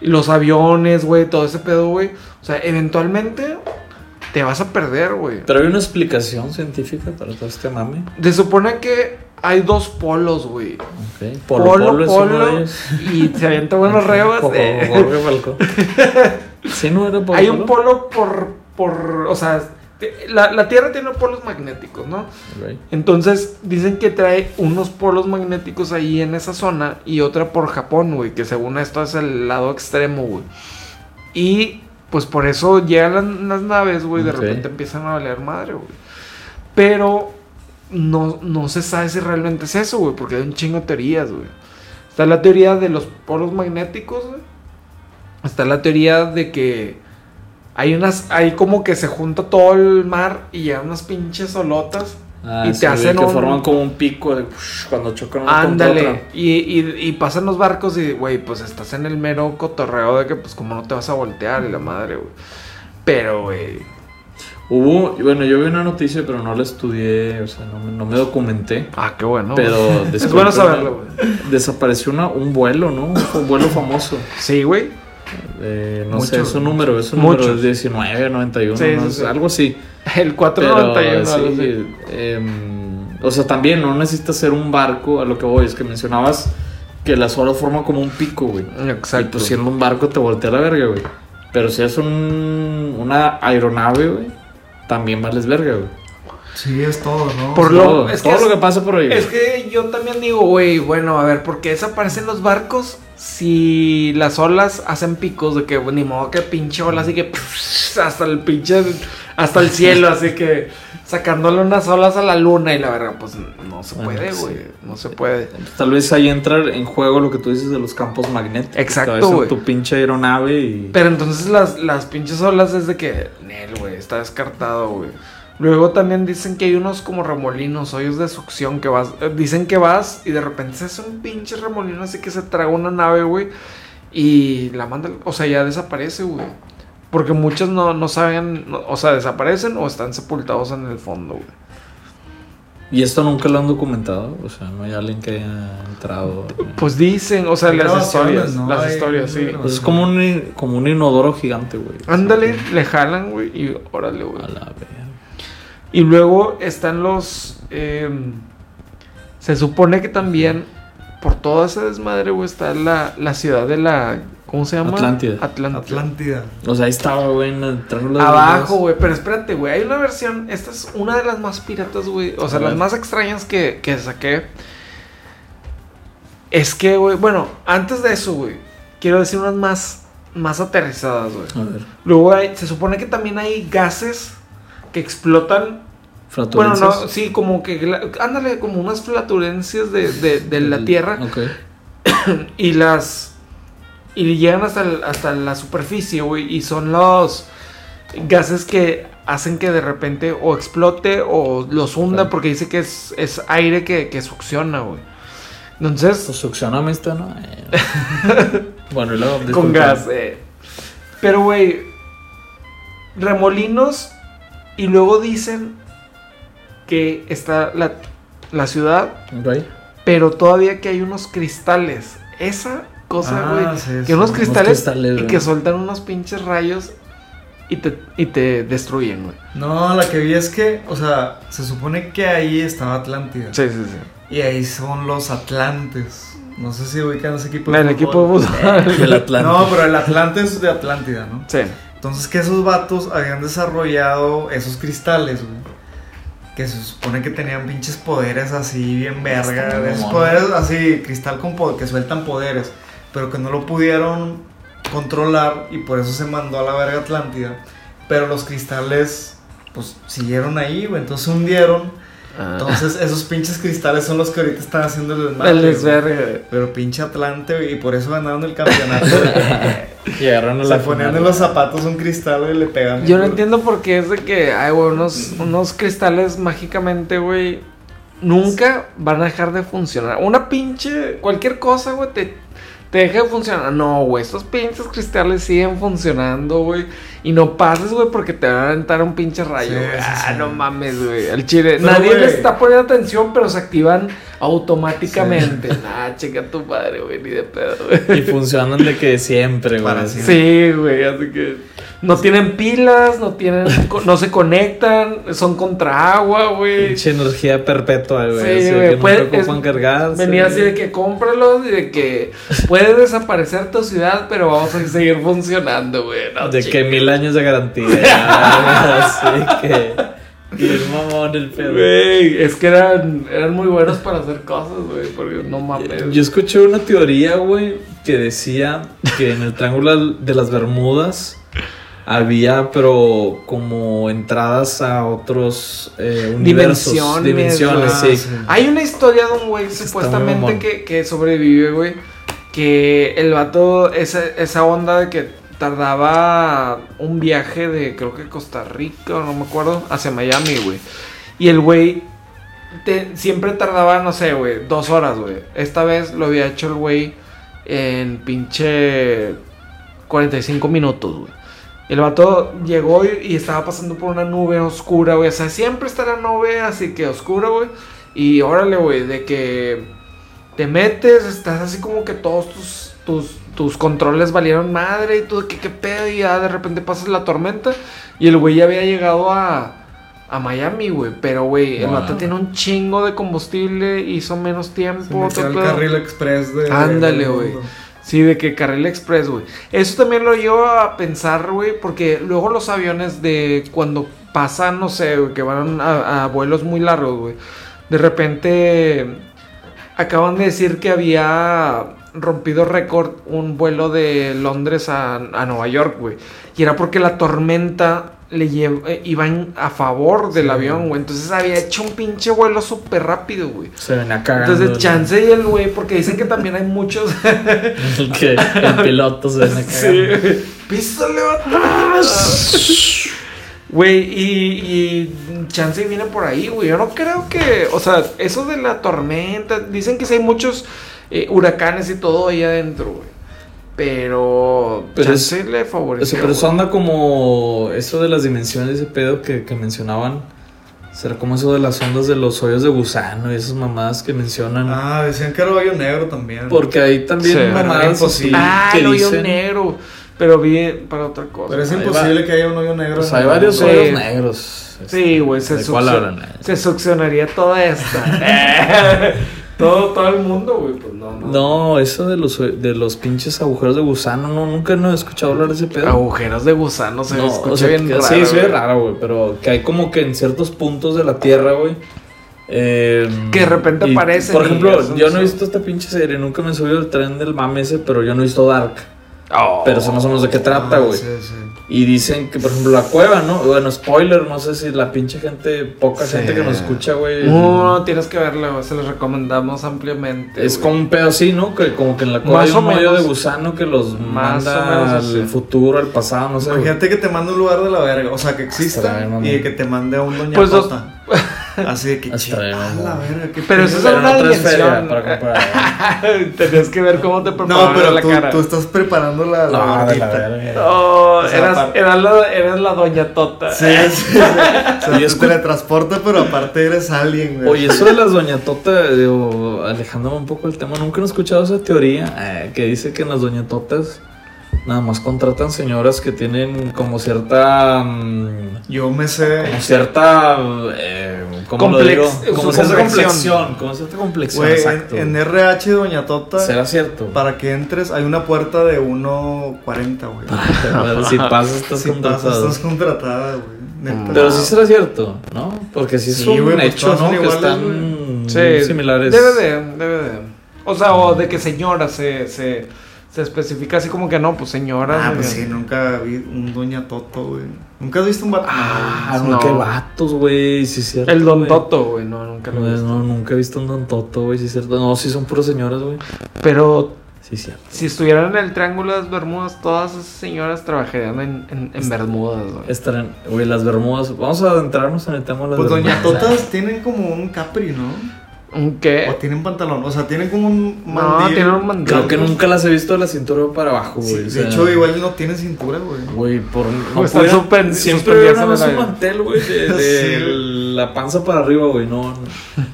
[SPEAKER 4] y los aviones, güey, todo ese pedo, güey. O sea, eventualmente te vas a perder, güey.
[SPEAKER 2] Pero hay una explicación científica para todo este mame.
[SPEAKER 4] Se supone que hay dos polos, güey.
[SPEAKER 2] Ok.
[SPEAKER 4] Polo,
[SPEAKER 2] Polo Polo
[SPEAKER 4] polo,
[SPEAKER 2] es uno de ellos.
[SPEAKER 4] y se
[SPEAKER 2] *laughs*
[SPEAKER 4] avientan buenos rebas.
[SPEAKER 2] Por
[SPEAKER 4] eh.
[SPEAKER 2] Jorge Falcón. Sí, no era Polo
[SPEAKER 4] Hay un
[SPEAKER 2] Polo.
[SPEAKER 4] polo por. por o sea, te- la, la Tierra tiene polos magnéticos, ¿no?
[SPEAKER 2] Ok.
[SPEAKER 4] Entonces dicen que trae unos polos magnéticos ahí en esa zona y otra por Japón, güey, que según esto es el lado extremo, güey. Y pues por eso llegan las, las naves, güey, de
[SPEAKER 2] Ok.
[SPEAKER 4] repente empiezan a valer madre, güey. Pero no, no se sabe si realmente es eso, güey, porque hay un chingo de teorías, güey. Está la teoría de los polos magnéticos, güey. Está la teoría de que hay unas, hay como que se junta todo el mar y llegan unas pinches olotas.
[SPEAKER 2] Ah,
[SPEAKER 4] Y te
[SPEAKER 2] sí, vi
[SPEAKER 4] hacen
[SPEAKER 2] que
[SPEAKER 4] un-
[SPEAKER 2] forman como un pico de- cuando chocan uno contra
[SPEAKER 4] Ándale,
[SPEAKER 2] otro.
[SPEAKER 4] y, y- y pasan los barcos y, güey, pues estás en el mero cotorreo de que, pues, como no te vas a voltear, y la madre, güey. Pero, güey,
[SPEAKER 2] Hubo, bueno, yo vi una noticia, pero no la estudié, o sea, no, me- no me documenté.
[SPEAKER 4] ah, qué bueno. güey.
[SPEAKER 2] Pero
[SPEAKER 4] *laughs* es bueno
[SPEAKER 2] discúlpenme,
[SPEAKER 4] saberlo, güey.
[SPEAKER 2] Desapareció una- un vuelo, ¿no? Un vuelo famoso.
[SPEAKER 4] Sí, güey.
[SPEAKER 2] Eh, no
[SPEAKER 3] Mucho,
[SPEAKER 2] sé, es un número, es un
[SPEAKER 4] mucho.
[SPEAKER 2] número, es 19, 91,
[SPEAKER 4] Sí, sí,
[SPEAKER 2] no sé,
[SPEAKER 4] sí.
[SPEAKER 2] algo así.
[SPEAKER 4] El
[SPEAKER 2] Pero
[SPEAKER 4] 491. algo
[SPEAKER 2] sí,
[SPEAKER 4] así.
[SPEAKER 2] em, o sea, también no necesitas ser un barco, a lo que voy, es que mencionabas que las olas forman como un pico, güey. Y
[SPEAKER 4] Exacto.
[SPEAKER 2] pues siendo un barco te voltea la verga, güey. Pero si es un, una aeronave, güey, también vales verga, güey.
[SPEAKER 3] Sí, es todo, ¿no?
[SPEAKER 4] Por
[SPEAKER 3] Sí.
[SPEAKER 4] lo-
[SPEAKER 2] todo,
[SPEAKER 4] es que
[SPEAKER 2] todo
[SPEAKER 4] es-
[SPEAKER 2] lo que pasa por ahí.
[SPEAKER 4] Es
[SPEAKER 2] güey.
[SPEAKER 4] que yo también digo, güey, bueno, a ver, ¿por qué desaparecen los barcos si las olas hacen picos de que, pues, ni modo que pinche ola, así que pff, hasta el pinche, hasta el cielo, así que sacándole unas olas a la luna y la verdad, pues no se
[SPEAKER 2] Bueno,
[SPEAKER 4] puede,
[SPEAKER 2] sí.
[SPEAKER 4] güey, no se puede.
[SPEAKER 2] Tal vez ahí entra en juego lo que tú dices de los campos magnéticos.
[SPEAKER 4] Exacto,
[SPEAKER 2] Que va a ser
[SPEAKER 4] güey.
[SPEAKER 2] Tu pinche aeronave y.
[SPEAKER 4] Pero entonces las, las pinches olas es de que, Nel, güey, está descartado, güey. Luego también dicen que hay unos como remolinos, hoyos de succión que vas. eh, Dicen que vas y de repente se hace un pinche remolino así que se traga una nave, güey. Y la manda. O sea, ya desaparece, güey. Porque muchos no, no saben. no- o sea, desaparecen o están sepultados en el fondo, güey.
[SPEAKER 2] Y esto nunca lo han documentado. O sea, no hay alguien que haya entrado.
[SPEAKER 4] Pues dicen, o sea,
[SPEAKER 3] Hay
[SPEAKER 4] las
[SPEAKER 3] grabaciones,
[SPEAKER 4] historias.
[SPEAKER 3] ¿no?
[SPEAKER 4] Las
[SPEAKER 3] Hay-
[SPEAKER 4] historias,
[SPEAKER 3] hay
[SPEAKER 4] sí.
[SPEAKER 2] Pues es como un, i- como un inodoro gigante, güey.
[SPEAKER 4] Ándale, le jalan, güey, y órale, güey.
[SPEAKER 2] A la verga.
[SPEAKER 4] Y luego están los. em, se supone que también por toda esa desmadre, güey, está la, la ciudad de la. ¿Cómo se llama?
[SPEAKER 2] Atlántida.
[SPEAKER 4] Atlántida.
[SPEAKER 3] Atlántida.
[SPEAKER 2] O sea, ahí estaba, güey, en el Triángulo de las
[SPEAKER 4] Abajo,
[SPEAKER 2] Bermudas.
[SPEAKER 4] güey. Pero espérate, güey. Hay una versión. Esta es una de las más piratas, güey. O sea,
[SPEAKER 2] A
[SPEAKER 4] las
[SPEAKER 2] ver.
[SPEAKER 4] más extrañas que, que saqué. Es que, güey. Bueno, antes de eso, güey. Quiero decir unas más, más aterrizadas, güey.
[SPEAKER 2] A ver,
[SPEAKER 4] Luego hay- se supone que también hay gases que explotan bueno,
[SPEAKER 2] fratulencias.
[SPEAKER 4] no, sí, como que. la- Ándale, como unas flatulencias de, de- de la Tierra
[SPEAKER 2] Ok.
[SPEAKER 4] y las. Y llegan hasta, el- hasta la superficie, güey. Y son los gases que hacen que de repente o explote o los hunda,
[SPEAKER 2] Ok.
[SPEAKER 4] porque dice que es, es aire que, que succiona, güey. Entonces,
[SPEAKER 2] Pues succioname esta, ¿no?
[SPEAKER 4] *laughs*
[SPEAKER 2] Eh, bueno, y luego.
[SPEAKER 4] con
[SPEAKER 2] disculpa.
[SPEAKER 4] gas. eh. Pero, güey, remolinos y luego dicen que está la, la ciudad *laughs*
[SPEAKER 2] Ok.
[SPEAKER 4] pero todavía que hay unos cristales. Esa cosa,
[SPEAKER 3] Ah,
[SPEAKER 4] güey.
[SPEAKER 3] sí,
[SPEAKER 4] que
[SPEAKER 3] sí,
[SPEAKER 4] unos
[SPEAKER 2] unos
[SPEAKER 4] cristales,
[SPEAKER 2] cristales,
[SPEAKER 4] y
[SPEAKER 2] güey.
[SPEAKER 4] que sueltan unos pinches rayos y te, y te destruyen, güey.
[SPEAKER 3] No, la que vi es que, o sea, se supone que ahí estaba Atlántida.
[SPEAKER 4] Sí, sí, sí.
[SPEAKER 3] Y ahí son los Atlantes. No sé si ubican ese equipo
[SPEAKER 4] El equipo de fútbol.
[SPEAKER 2] *laughs* El Atlántico.
[SPEAKER 3] No, pero el Atlante es de Atlántida, ¿no?
[SPEAKER 4] sí.
[SPEAKER 3] Entonces que esos vatos habían desarrollado esos cristales, güey. Que se supone que tenían pinches poderes así bien verga.
[SPEAKER 2] Está muy
[SPEAKER 3] de Esos
[SPEAKER 2] mono.
[SPEAKER 3] poderes así, cristal con poder, que sueltan poderes. Pero que no lo pudieron controlar y por eso se mandó a la verga Atlántida. Pero los cristales, pues, siguieron ahí, güey. Entonces se hundieron.
[SPEAKER 2] *laughs*
[SPEAKER 3] Entonces esos pinches cristales son los que ahorita están haciendo el desmadre.
[SPEAKER 4] El
[SPEAKER 3] güey.
[SPEAKER 4] desvergue.
[SPEAKER 3] Pero pinche Atlante, güey, y por eso ganaron el campeonato.
[SPEAKER 2] *laughs*
[SPEAKER 3] güey.
[SPEAKER 4] pues,
[SPEAKER 2] Llegaron a
[SPEAKER 3] Se
[SPEAKER 2] la.
[SPEAKER 3] ponían
[SPEAKER 2] final.
[SPEAKER 3] en los zapatos un cristal güey, y le pegan.
[SPEAKER 4] Yo no entiendo por qué es de que hay güey, unos, unos cristales mágicamente, güey. Nunca van a dejar de funcionar. Una pinche. Cualquier cosa, güey, te, te deja de funcionar. No, güey. Estos pinches cristales siguen funcionando, güey. Y no pases, güey, porque te van a aventar un pinche rayo.
[SPEAKER 3] Sí,
[SPEAKER 4] güey.
[SPEAKER 3] sí,
[SPEAKER 4] ah,
[SPEAKER 3] sí.
[SPEAKER 4] no mames, güey. El chile.
[SPEAKER 3] Pero,
[SPEAKER 4] Nadie
[SPEAKER 3] güey.
[SPEAKER 4] les está poniendo atención, pero se activan automáticamente. Nah, checa tu padre, güey. Ni de pedo,
[SPEAKER 2] *laughs*
[SPEAKER 4] güey.
[SPEAKER 2] Y funcionan de que siempre, güey.
[SPEAKER 3] Para siempre.
[SPEAKER 4] Sí, güey, así que no tienen pilas, no tienen, co- no se conectan, son contra agua, güey.
[SPEAKER 2] Pinche energía perpetua, güey.
[SPEAKER 4] Sí,
[SPEAKER 2] así
[SPEAKER 4] güey,
[SPEAKER 2] que no
[SPEAKER 4] puede-
[SPEAKER 2] preocupan
[SPEAKER 4] es-
[SPEAKER 2] cargarse.
[SPEAKER 4] Venía así de que cómpralos y de que puede desaparecer tu ciudad, pero vamos a seguir funcionando, güey. No,
[SPEAKER 2] De
[SPEAKER 4] chi-
[SPEAKER 2] que mil años de
[SPEAKER 4] *laughs*
[SPEAKER 2] garantía. *laughs* así que. Y el mamón, el pedo.
[SPEAKER 4] Güey, es que eran, eran muy buenos para hacer cosas, güey, porque no mames.
[SPEAKER 2] Yo escuché una teoría, güey, que decía que en el Triángulo de las Bermudas había, pero como entradas a otros eh, universos,
[SPEAKER 4] Dimensiones, ah,
[SPEAKER 2] dimensiones,
[SPEAKER 3] güey.
[SPEAKER 2] sí.
[SPEAKER 4] Hay una historia de un güey
[SPEAKER 2] Está muy
[SPEAKER 4] supuestamente
[SPEAKER 2] mamón.
[SPEAKER 4] que, que sobrevive, güey. Que el vato, esa, esa onda de que tardaba un viaje de creo que Costa Rica, o no me acuerdo, hacia Miami, güey. Y el güey te- siempre tardaba, no sé, güey, dos horas, güey. Esta vez lo había hecho el güey en pinche 45 minutos, güey. El vato llegó y, y estaba pasando por una nube oscura, güey. O sea, siempre está la nube así que oscura, güey. Y órale, güey, de que te metes, estás así como que todos tus, tus, tus controles valieron madre y tú de que qué pedo y ya de repente pasas la tormenta. Y el güey ya había llegado a, a Miami, güey. Pero, güey, el
[SPEAKER 2] Wow.
[SPEAKER 4] vato tiene un chingo de combustible, hizo menos
[SPEAKER 3] Se
[SPEAKER 4] tiempo.
[SPEAKER 3] metió
[SPEAKER 4] todo
[SPEAKER 3] al
[SPEAKER 4] pedo.
[SPEAKER 3] carril express de.
[SPEAKER 4] Ándale,
[SPEAKER 3] del
[SPEAKER 4] güey.
[SPEAKER 3] mundo.
[SPEAKER 4] Sí, de que Carril Express, güey. Eso también lo lleva a pensar, güey, porque luego los aviones de cuando pasan, no sé, güey, que van a, a vuelos muy largos, güey. De repente acaban de decir que había rompido récord un vuelo de Londres a, a Nueva York, güey. Y era porque la tormenta le lleva, eh, iba en- a favor del
[SPEAKER 2] Sí.
[SPEAKER 4] avión, güey. Entonces había hecho un pinche vuelo súper rápido, güey.
[SPEAKER 2] Se ven a cagando.
[SPEAKER 4] Entonces,
[SPEAKER 2] ¿no?
[SPEAKER 4] chance y el güey, porque dicen que también hay muchos.
[SPEAKER 2] que *laughs* el piloto se ven a
[SPEAKER 4] sí.
[SPEAKER 2] cagando.
[SPEAKER 4] Pístole, vato. Güey, y, y chance y viene por ahí, güey. Yo no creo que. O sea, eso de la tormenta. Dicen que sí hay muchos eh, huracanes y todo ahí adentro, güey. Pero.
[SPEAKER 2] Pero
[SPEAKER 4] chance
[SPEAKER 2] *laughs*
[SPEAKER 4] le
[SPEAKER 2] Eso,
[SPEAKER 4] favoreció.
[SPEAKER 2] pero eso
[SPEAKER 4] güey.
[SPEAKER 2] anda como eso de las dimensiones, ese pedo que, que mencionaban. Será como eso de las ondas de los hoyos de gusano y esas mamadas que mencionan.
[SPEAKER 3] Ah, decían que era hoyo negro también.
[SPEAKER 2] Porque ahí también
[SPEAKER 4] Sí.
[SPEAKER 3] Pero era
[SPEAKER 2] mamadas así
[SPEAKER 3] imposible.
[SPEAKER 4] Ah,
[SPEAKER 2] que
[SPEAKER 4] el hoyo
[SPEAKER 2] dicen.
[SPEAKER 4] negro. Pero vi para otra cosa.
[SPEAKER 3] Pero es
[SPEAKER 2] Ahí
[SPEAKER 3] imposible
[SPEAKER 2] va.
[SPEAKER 3] que haya un hoyo negro.
[SPEAKER 2] Pues
[SPEAKER 3] en
[SPEAKER 2] hay
[SPEAKER 3] el
[SPEAKER 2] varios
[SPEAKER 4] Sí.
[SPEAKER 3] mundo.
[SPEAKER 2] hoyos negros.
[SPEAKER 4] Sí, güey, se,
[SPEAKER 2] ¿De cuál
[SPEAKER 4] succion-
[SPEAKER 2] hablan?
[SPEAKER 4] se succionaría toda esta.
[SPEAKER 2] *laughs*
[SPEAKER 4] todo, todo el mundo, güey, pues no, no.
[SPEAKER 2] No, eso de los de los pinches agujeros de gusano, no, nunca no he escuchado hablar de ese pedo.
[SPEAKER 4] Agujeros de gusano se
[SPEAKER 2] No,
[SPEAKER 4] escucha
[SPEAKER 2] o sea,
[SPEAKER 4] bien
[SPEAKER 2] que-
[SPEAKER 4] raro.
[SPEAKER 2] Sí, se ve
[SPEAKER 4] güey.
[SPEAKER 2] raro, güey. Pero que hay como que en ciertos puntos de la tierra, güey. em,
[SPEAKER 4] Que de repente
[SPEAKER 2] y,
[SPEAKER 4] aparecen
[SPEAKER 2] Por
[SPEAKER 4] y
[SPEAKER 2] ejemplo,
[SPEAKER 4] hacen
[SPEAKER 2] yo no he
[SPEAKER 4] eso.
[SPEAKER 2] visto esta pinche serie. Nunca me he subido al tren del mame ese, pero yo no he visto Dark.
[SPEAKER 4] Oh.
[SPEAKER 2] Pero eso más o menos de qué trata,
[SPEAKER 3] Ah,
[SPEAKER 2] güey.
[SPEAKER 3] sí, sí.
[SPEAKER 2] Y dicen que, por ejemplo, la cueva, ¿no? Bueno, spoiler, no sé si la pinche gente, poca
[SPEAKER 3] Sí.
[SPEAKER 2] gente que nos escucha, güey.
[SPEAKER 4] No, tienes que verlo, se los recomendamos ampliamente.
[SPEAKER 2] Es
[SPEAKER 4] güey.
[SPEAKER 2] como un pedo así, ¿no? Que como que en la cueva
[SPEAKER 4] Más
[SPEAKER 2] hay un
[SPEAKER 4] o
[SPEAKER 2] hoyo
[SPEAKER 4] menos.
[SPEAKER 2] de gusano que los
[SPEAKER 4] Más o menos
[SPEAKER 2] manda
[SPEAKER 4] así.
[SPEAKER 2] al futuro, al pasado, no sé. güey.
[SPEAKER 3] Imagínate que te mande un lugar de la verga, o sea, que
[SPEAKER 2] Hasta la
[SPEAKER 3] exista
[SPEAKER 2] verga,
[SPEAKER 3] y
[SPEAKER 2] mamá.
[SPEAKER 3] que te mande a un doña
[SPEAKER 4] Pues los-
[SPEAKER 3] Tota. Así de que
[SPEAKER 2] Hasta
[SPEAKER 3] chica,
[SPEAKER 2] la verga,
[SPEAKER 3] a la
[SPEAKER 2] mamá.
[SPEAKER 3] verga, qué
[SPEAKER 4] Pero
[SPEAKER 3] pedo.
[SPEAKER 4] eso es
[SPEAKER 2] Pero
[SPEAKER 4] una
[SPEAKER 2] no traes
[SPEAKER 4] dimensión.
[SPEAKER 2] feria para
[SPEAKER 4] *laughs*
[SPEAKER 2] comprar.
[SPEAKER 4] *laughs* Tenías que ver cómo te preparaban
[SPEAKER 3] No, pero
[SPEAKER 4] la
[SPEAKER 3] tú,
[SPEAKER 4] cara.
[SPEAKER 3] tú estás preparando la, la
[SPEAKER 2] No, de la
[SPEAKER 3] gordita.
[SPEAKER 2] verga.
[SPEAKER 4] Oh,
[SPEAKER 3] O sea,
[SPEAKER 4] eras,
[SPEAKER 3] aparte-
[SPEAKER 4] eras la, eras la doña Tota.
[SPEAKER 3] Sí, sí, sí. O sea,
[SPEAKER 2] *laughs* Y es
[SPEAKER 3] te teletransporta, pero aparte eres alguien, güey.
[SPEAKER 2] Oye, eso de las doña Tota, digo, alejándome un poco del tema, nunca he escuchado esa teoría eh, que dice que en las doña Totas nada más contratan señoras que tienen como cierta. mm,
[SPEAKER 3] Yo me sé.
[SPEAKER 2] como cierta. eh, ¿Cómo
[SPEAKER 4] Complex-
[SPEAKER 2] lo digo? Como
[SPEAKER 4] su
[SPEAKER 2] cierta
[SPEAKER 4] complexión.
[SPEAKER 2] complexión. Como cierta complexión,
[SPEAKER 3] Güey,
[SPEAKER 2] exacto.
[SPEAKER 3] en, en RH Doña Tota,
[SPEAKER 2] Será cierto.
[SPEAKER 3] para que entres, hay una puerta de 1.40, güey.
[SPEAKER 2] si pasas, Ah, estás
[SPEAKER 3] Si pasas,
[SPEAKER 2] contratado.
[SPEAKER 3] estás contratada, güey. Neta.
[SPEAKER 2] Pero sí será cierto, ¿no? Porque sí es
[SPEAKER 3] Sí,
[SPEAKER 2] un
[SPEAKER 3] güey, pues
[SPEAKER 2] hecho,
[SPEAKER 3] todas
[SPEAKER 2] ¿no?
[SPEAKER 3] son
[SPEAKER 2] que
[SPEAKER 3] iguales,
[SPEAKER 2] están
[SPEAKER 4] Sí,
[SPEAKER 2] muy similares.
[SPEAKER 4] Debe de, debe de. O sea, o de que señora se, se, se especifica así como que no, pues señora.
[SPEAKER 3] Ah, pues
[SPEAKER 4] güey.
[SPEAKER 3] sí, nunca vi un Doña Toto, güey. ¿Nunca has visto un vato?
[SPEAKER 2] Ah,
[SPEAKER 4] No.
[SPEAKER 2] no, qué vatos, güey. Sí es cierto.
[SPEAKER 4] El Don
[SPEAKER 2] güey.
[SPEAKER 4] Toto, güey, no, nunca lo he
[SPEAKER 2] Pues,
[SPEAKER 4] visto.
[SPEAKER 2] no, nunca he visto un Don Toto, güey. Sí es cierto. No, sí son puras señoras, güey.
[SPEAKER 4] Pero
[SPEAKER 2] Sí es cierto.
[SPEAKER 4] si estuvieran en el Triángulo de las Bermudas, todas esas señoras trabajarían en, en, en Bermudas, güey.
[SPEAKER 2] Estarán, güey, las Bermudas. Vamos a adentrarnos en el tema de las
[SPEAKER 3] Pues Doña
[SPEAKER 2] Bermudas.
[SPEAKER 3] Totas tienen como un capri, ¿no?
[SPEAKER 4] ¿Un
[SPEAKER 3] O
[SPEAKER 4] ¿Qué?
[SPEAKER 3] tienen pantalón, o sea, tienen como un
[SPEAKER 4] No,
[SPEAKER 3] mandil.
[SPEAKER 4] tienen un mandil.
[SPEAKER 2] Creo que nunca las he visto de la cintura para abajo,
[SPEAKER 3] Sí,
[SPEAKER 2] güey.
[SPEAKER 3] de
[SPEAKER 2] o sea,
[SPEAKER 3] hecho, igual no tienen cintura, güey.
[SPEAKER 2] Güey, por. No
[SPEAKER 4] Pues están
[SPEAKER 2] pudieran-
[SPEAKER 4] suspen-
[SPEAKER 2] Siempre
[SPEAKER 4] suspendidas
[SPEAKER 2] hubiera
[SPEAKER 4] en el
[SPEAKER 2] más un
[SPEAKER 4] aire.
[SPEAKER 2] mantel, güey,
[SPEAKER 4] *laughs*
[SPEAKER 2] de, de
[SPEAKER 3] Sí.
[SPEAKER 2] la panza para arriba, güey. No, no.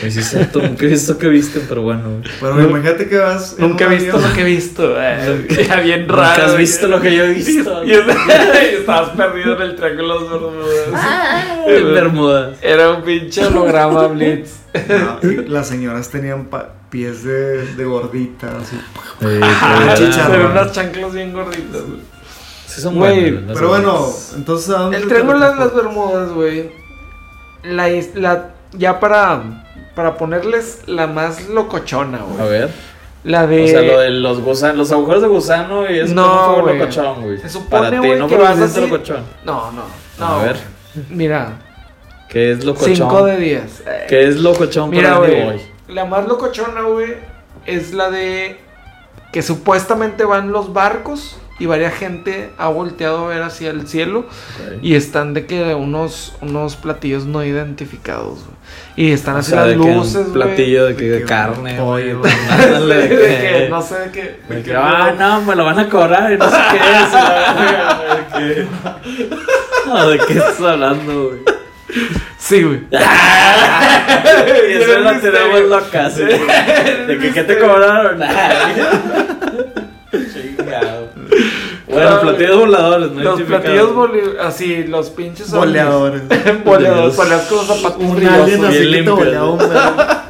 [SPEAKER 2] Güey, sí es cierto. Nunca he visto que viste, pero bueno, güey.
[SPEAKER 3] Pero
[SPEAKER 4] Nu-
[SPEAKER 3] imagínate que vas. en
[SPEAKER 4] Nunca
[SPEAKER 3] un
[SPEAKER 4] he visto
[SPEAKER 3] avión-
[SPEAKER 2] *laughs*
[SPEAKER 4] lo que he visto. eh,
[SPEAKER 3] *laughs*
[SPEAKER 4] Era bien raro.
[SPEAKER 2] Nunca has
[SPEAKER 4] güey.
[SPEAKER 2] visto lo que yo he visto.
[SPEAKER 4] Y, *laughs* y estabas perdido en el Triángulo de las Bermudas.
[SPEAKER 2] En Bermudas.
[SPEAKER 4] Era un pinche holograma Blitz.
[SPEAKER 3] No, y las señoras tenían pa- pies de, de gordita, así.
[SPEAKER 4] *laughs*
[SPEAKER 2] Eh,
[SPEAKER 3] *laughs* Ah,
[SPEAKER 2] pero-
[SPEAKER 3] chicharrón.
[SPEAKER 4] Pero unas chanclas bien gorditas. güey.
[SPEAKER 2] Sí son
[SPEAKER 4] Güey,
[SPEAKER 2] buenas, las
[SPEAKER 3] Pero bueno,
[SPEAKER 2] Bermudas.
[SPEAKER 3] entonces. ¿a dónde
[SPEAKER 4] El
[SPEAKER 3] te
[SPEAKER 4] Triángulo de las
[SPEAKER 3] teletransportas?
[SPEAKER 4] Bermudas, güey. La, is- la, ya para, para ponerles la más locochona,
[SPEAKER 2] A
[SPEAKER 4] güey.
[SPEAKER 2] ver.
[SPEAKER 4] La de.
[SPEAKER 2] O sea, lo de los gusanos, los agujeros de gusano y es
[SPEAKER 4] Eh, No,
[SPEAKER 2] como un juego
[SPEAKER 4] güey.
[SPEAKER 2] locochón, güey.
[SPEAKER 4] Se supone,
[SPEAKER 2] Para ti,
[SPEAKER 4] güey,
[SPEAKER 2] no
[SPEAKER 4] que
[SPEAKER 2] probaste
[SPEAKER 4] vas
[SPEAKER 2] este
[SPEAKER 4] así-
[SPEAKER 2] locochón.
[SPEAKER 4] No, no, no.
[SPEAKER 2] A ver,
[SPEAKER 4] Mira,
[SPEAKER 2] ¿qué es locochón?
[SPEAKER 4] 5 de Eh, 10.
[SPEAKER 2] ¿Qué es locochón
[SPEAKER 4] Mira,
[SPEAKER 2] para Andy
[SPEAKER 4] güey.
[SPEAKER 2] Boy?
[SPEAKER 4] La más locochona, güey, es la de que supuestamente van los barcos y varia gente ha volteado a ver hacia el cielo
[SPEAKER 2] Ok.
[SPEAKER 4] y están de que unos, unos platillos no identificados, güey. Y están
[SPEAKER 2] O
[SPEAKER 4] así
[SPEAKER 2] sea, de
[SPEAKER 4] las
[SPEAKER 2] que un
[SPEAKER 4] luces, güey. *laughs*
[SPEAKER 2] platillo de, que
[SPEAKER 3] de
[SPEAKER 2] de
[SPEAKER 3] que un
[SPEAKER 2] carne, güey.
[SPEAKER 3] pollo,
[SPEAKER 2] *laughs* ándale,
[SPEAKER 4] De
[SPEAKER 2] de
[SPEAKER 4] que
[SPEAKER 2] que-
[SPEAKER 4] no sé de qué. de
[SPEAKER 2] de
[SPEAKER 4] qué
[SPEAKER 2] que, ah,
[SPEAKER 4] no.
[SPEAKER 2] no, me lo van a cobrar y no sé qué es. la verga,
[SPEAKER 4] *laughs*
[SPEAKER 2] de que- No, ¿de qué estás hablando, güey?
[SPEAKER 4] Sí,
[SPEAKER 2] *laughs*
[SPEAKER 4] güey. *laughs*
[SPEAKER 2] Y eso
[SPEAKER 4] Era un
[SPEAKER 2] la tenemos
[SPEAKER 4] misterio.
[SPEAKER 2] loca, sí.
[SPEAKER 4] *laughs*
[SPEAKER 2] De que, ¿qué te cobraron? Chingado. Bueno, platillos voladores, ¿no?
[SPEAKER 4] Los
[SPEAKER 2] Identificados.
[SPEAKER 4] platillos boli- así, los pinches
[SPEAKER 3] *laughs*
[SPEAKER 4] ovnis. *laughs*
[SPEAKER 3] Boleadores.
[SPEAKER 4] Boleadores, boleados con los zapatos
[SPEAKER 3] Un
[SPEAKER 4] brillosos.
[SPEAKER 3] alien así
[SPEAKER 2] bien
[SPEAKER 3] que te
[SPEAKER 2] limpio,
[SPEAKER 3] boleaba un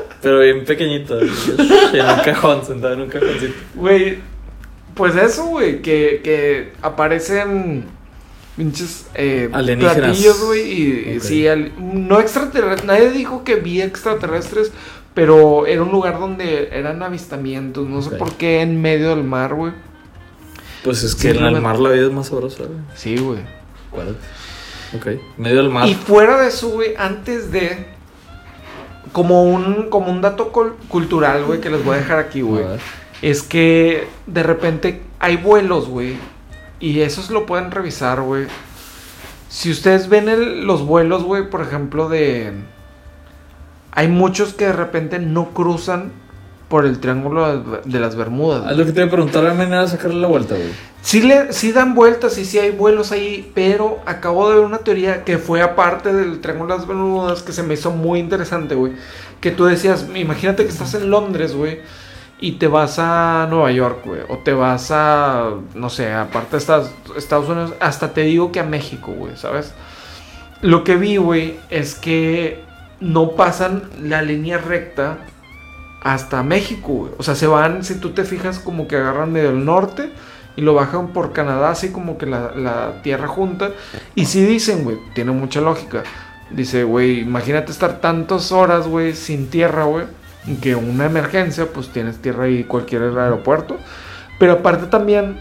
[SPEAKER 2] *laughs* Pero bien pequeñito. En un cajón, sentado en un cajoncito.
[SPEAKER 4] Güey, Pues eso, güey, que, que aparecen pinches eh,
[SPEAKER 2] Alienígenas.
[SPEAKER 4] platillos, güey, y y
[SPEAKER 2] Ok.
[SPEAKER 4] sí, al- no extraterrestres, nadie dijo que vi extraterrestres, pero era un lugar donde eran avistamientos, no sé
[SPEAKER 2] Ok.
[SPEAKER 4] por qué en medio del mar, güey.
[SPEAKER 2] Pues es que
[SPEAKER 4] Sí,
[SPEAKER 2] en el
[SPEAKER 4] no me-
[SPEAKER 2] mar la vida es más sabrosa, güey.
[SPEAKER 4] Sí, güey.
[SPEAKER 2] Acuérdate. Ok. Medio del mar.
[SPEAKER 4] Y fuera de eso, güey, antes de como un como un dato col- cultural, güey, que les voy a dejar aquí,
[SPEAKER 2] A
[SPEAKER 4] güey.
[SPEAKER 2] ver.
[SPEAKER 4] es que de repente hay vuelos, güey. Y esos lo pueden revisar, güey. Si ustedes ven el- los vuelos, güey, por ejemplo, de... Hay muchos que de repente no cruzan por el triángulo de las Ber- de las Bermudas.
[SPEAKER 2] Ah,
[SPEAKER 4] güey.
[SPEAKER 2] lo que te iba a preguntar, ¿hay manera de sacarle la vuelta, güey?
[SPEAKER 4] Sí, le, sí dan vueltas y sí hay vuelos ahí, pero acabo de ver una teoría que fue aparte del Triángulo de las Bermudas que se me hizo muy interesante, güey. Que tú decías, imagínate que estás en Londres, güey, y te vas a Nueva York, güey, o te vas a, no sé, aparte de Estados, Estados Unidos, hasta te digo que a México, güey, ¿sabes? Lo que vi, güey, es que no pasan la línea recta hasta México, güey. O sea, se van, si tú te fijas, como que agarran medio el norte y lo bajan por Canadá, así como que la, la tierra junta. Y si dicen, güey, tiene mucha lógica. Dice, güey, imagínate estar tantas horas, güey, sin tierra, güey. y Que una emergencia, pues tienes tierra ahí cualquier aeropuerto. Pero aparte también,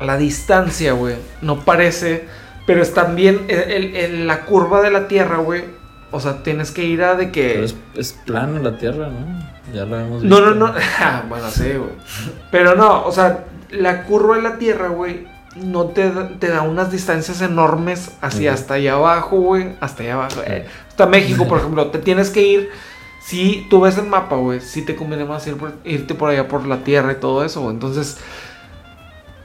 [SPEAKER 4] la distancia, güey, no parece. Pero es también el- el- el- la curva de la tierra, güey. O sea, tienes que ir a de que...
[SPEAKER 2] Pero es, es plano la tierra, ¿no? Ya lo hemos visto.
[SPEAKER 4] No, no, *laughs* no. Ah, bueno, sí, güey. Pero no, o sea, la curva de la Tierra, güey, no te, da- te da unas distancias enormes hacia
[SPEAKER 2] Ujú.
[SPEAKER 4] hasta allá abajo, güey. Hasta allá abajo. eh, hasta México, por ejemplo. Te tienes que ir. Si tú ves el mapa, güey, si te conviene más ir por- irte por allá por la Tierra y todo eso, güey. Entonces,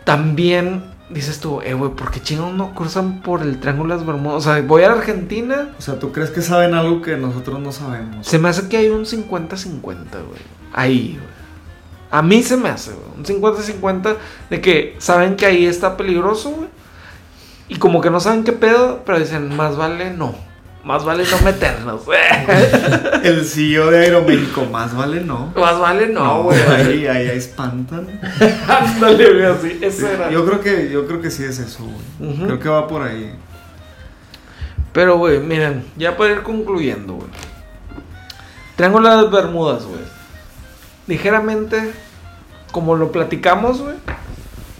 [SPEAKER 4] también dices tú, eh, güey, ¿por qué chingados no cruzan por el Triángulo de las Bermudas? O sea, voy a la Argentina.
[SPEAKER 3] O sea, ¿tú crees que saben algo que nosotros no sabemos?
[SPEAKER 4] Se me hace que hay un 50-50, güey. Ahí, güey. A mí se me hace, güey. Un 50-50 de que saben que ahí está peligroso, güey. Y como que no saben qué pedo, pero dicen, más vale no. Más vale no meternos, güey. *laughs*
[SPEAKER 3] El CEO de Aeroméxico, más vale no.
[SPEAKER 4] Más vale no, güey. *laughs*
[SPEAKER 3] Ahí, ahí espantan.
[SPEAKER 4] Ándale, güey, así. Eso era.
[SPEAKER 3] Yo creo que, yo creo que sí es eso, güey.
[SPEAKER 4] Ujú.
[SPEAKER 3] Creo que va por ahí.
[SPEAKER 4] Pero, güey, miren, ya para ir concluyendo, güey. Triángulo de las Bermudas, güey. Ligeramente, como lo platicamos, güey.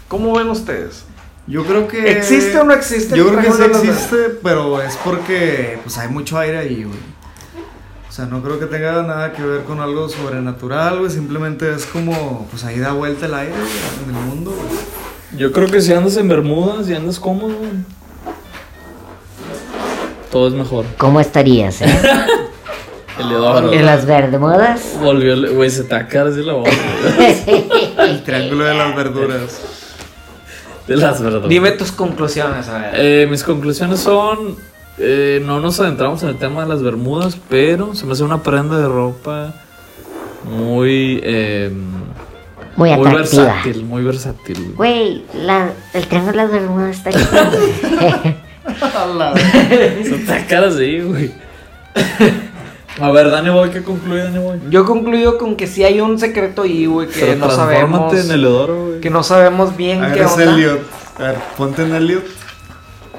[SPEAKER 4] ¿Cómo ven ustedes?
[SPEAKER 3] Yo creo que.
[SPEAKER 4] ¿Existe o no existe?
[SPEAKER 3] Yo creo que sí
[SPEAKER 4] Triángulo de las
[SPEAKER 3] existe, pero es porque pues hay mucho aire ahí, güey. O sea, no creo que tenga nada que ver con algo sobrenatural, güey. Simplemente es como, pues ahí da vuelta el aire, güey, en el mundo, güey.
[SPEAKER 2] Yo creo que si andas en Bermudas y andas cómodo, güey, todo es mejor.
[SPEAKER 1] ¿Cómo estarías, eh?
[SPEAKER 2] Eleodoro.
[SPEAKER 1] ¿En las Bermudas?
[SPEAKER 2] Volvió, el- güey, se te acaba de decir la voz. güey.
[SPEAKER 3] El triángulo de las verduras.
[SPEAKER 2] De las verduras.
[SPEAKER 4] Dime tus conclusiones, a ver.
[SPEAKER 2] Eh, mis conclusiones son. eh, no nos adentramos en el tema de las Bermudas, pero se me hace una prenda de ropa muy. eh,
[SPEAKER 1] Muy
[SPEAKER 2] muy
[SPEAKER 1] atractiva.
[SPEAKER 2] versátil, muy versátil. güey.
[SPEAKER 1] Güey, la, el triángulo de las Bermudas está chido.
[SPEAKER 3] A la verga.
[SPEAKER 2] Se te acaba así, güey. *laughs* A ver, Dani Boy, ¿qué concluye, Dani Boy?
[SPEAKER 4] Yo concluyo con que si hay un secreto ahí, güey, que
[SPEAKER 2] Pero
[SPEAKER 4] no sabemos.
[SPEAKER 2] transfórmate en Eleodoro, güey.
[SPEAKER 4] Que no sabemos bien
[SPEAKER 3] A ver,
[SPEAKER 4] qué
[SPEAKER 3] es
[SPEAKER 4] onda.
[SPEAKER 3] Elliot. A ver, ponte en Elliot.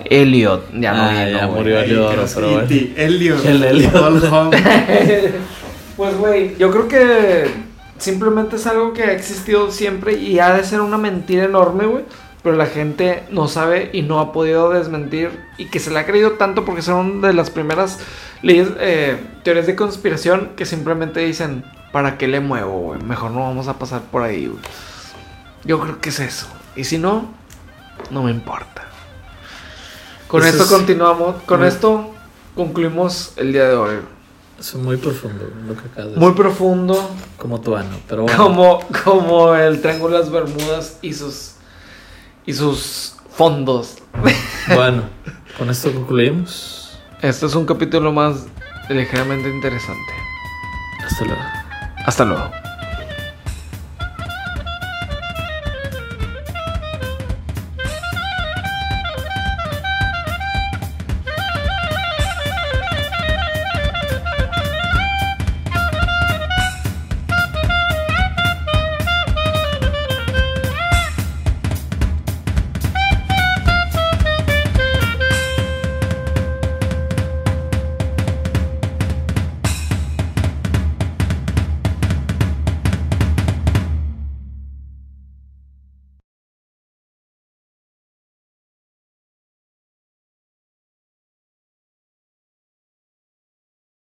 [SPEAKER 4] Elliot, ya no
[SPEAKER 2] Ah,
[SPEAKER 4] vino,
[SPEAKER 2] ya
[SPEAKER 4] güey.
[SPEAKER 2] murió.
[SPEAKER 3] Ahí,
[SPEAKER 2] Eliodoro,
[SPEAKER 3] es
[SPEAKER 2] pero
[SPEAKER 3] E.T., Elliot.
[SPEAKER 2] El Elliot.
[SPEAKER 3] Paul Home.
[SPEAKER 4] *laughs* Pues, güey, yo creo que simplemente es algo que ha existido siempre y ha de ser una mentira enorme, güey. Pero la gente no sabe y no ha podido desmentir y que se le ha creído tanto porque son de las primeras leyes, eh, teorías de conspiración que simplemente dicen, ¿para qué le muevo, güey? Mejor no vamos a pasar por ahí, güey. Yo creo que es eso. Y si no, no me importa. Con
[SPEAKER 2] Eso
[SPEAKER 4] esto
[SPEAKER 2] es-
[SPEAKER 4] continuamos, con
[SPEAKER 2] Mm.
[SPEAKER 4] esto concluimos el día de hoy.
[SPEAKER 2] Es muy profundo lo que acabas de
[SPEAKER 4] Muy
[SPEAKER 2] decir.
[SPEAKER 4] profundo,
[SPEAKER 2] Como tu ano,
[SPEAKER 4] *laughs*
[SPEAKER 2] pero bueno.
[SPEAKER 4] como, como el Triángulo de las Bermudas y sus, y sus fondos.
[SPEAKER 2] Bueno, con esto concluimos.
[SPEAKER 4] Este es un capítulo más ligeramente interesante.
[SPEAKER 2] Hasta luego.
[SPEAKER 4] Hasta luego.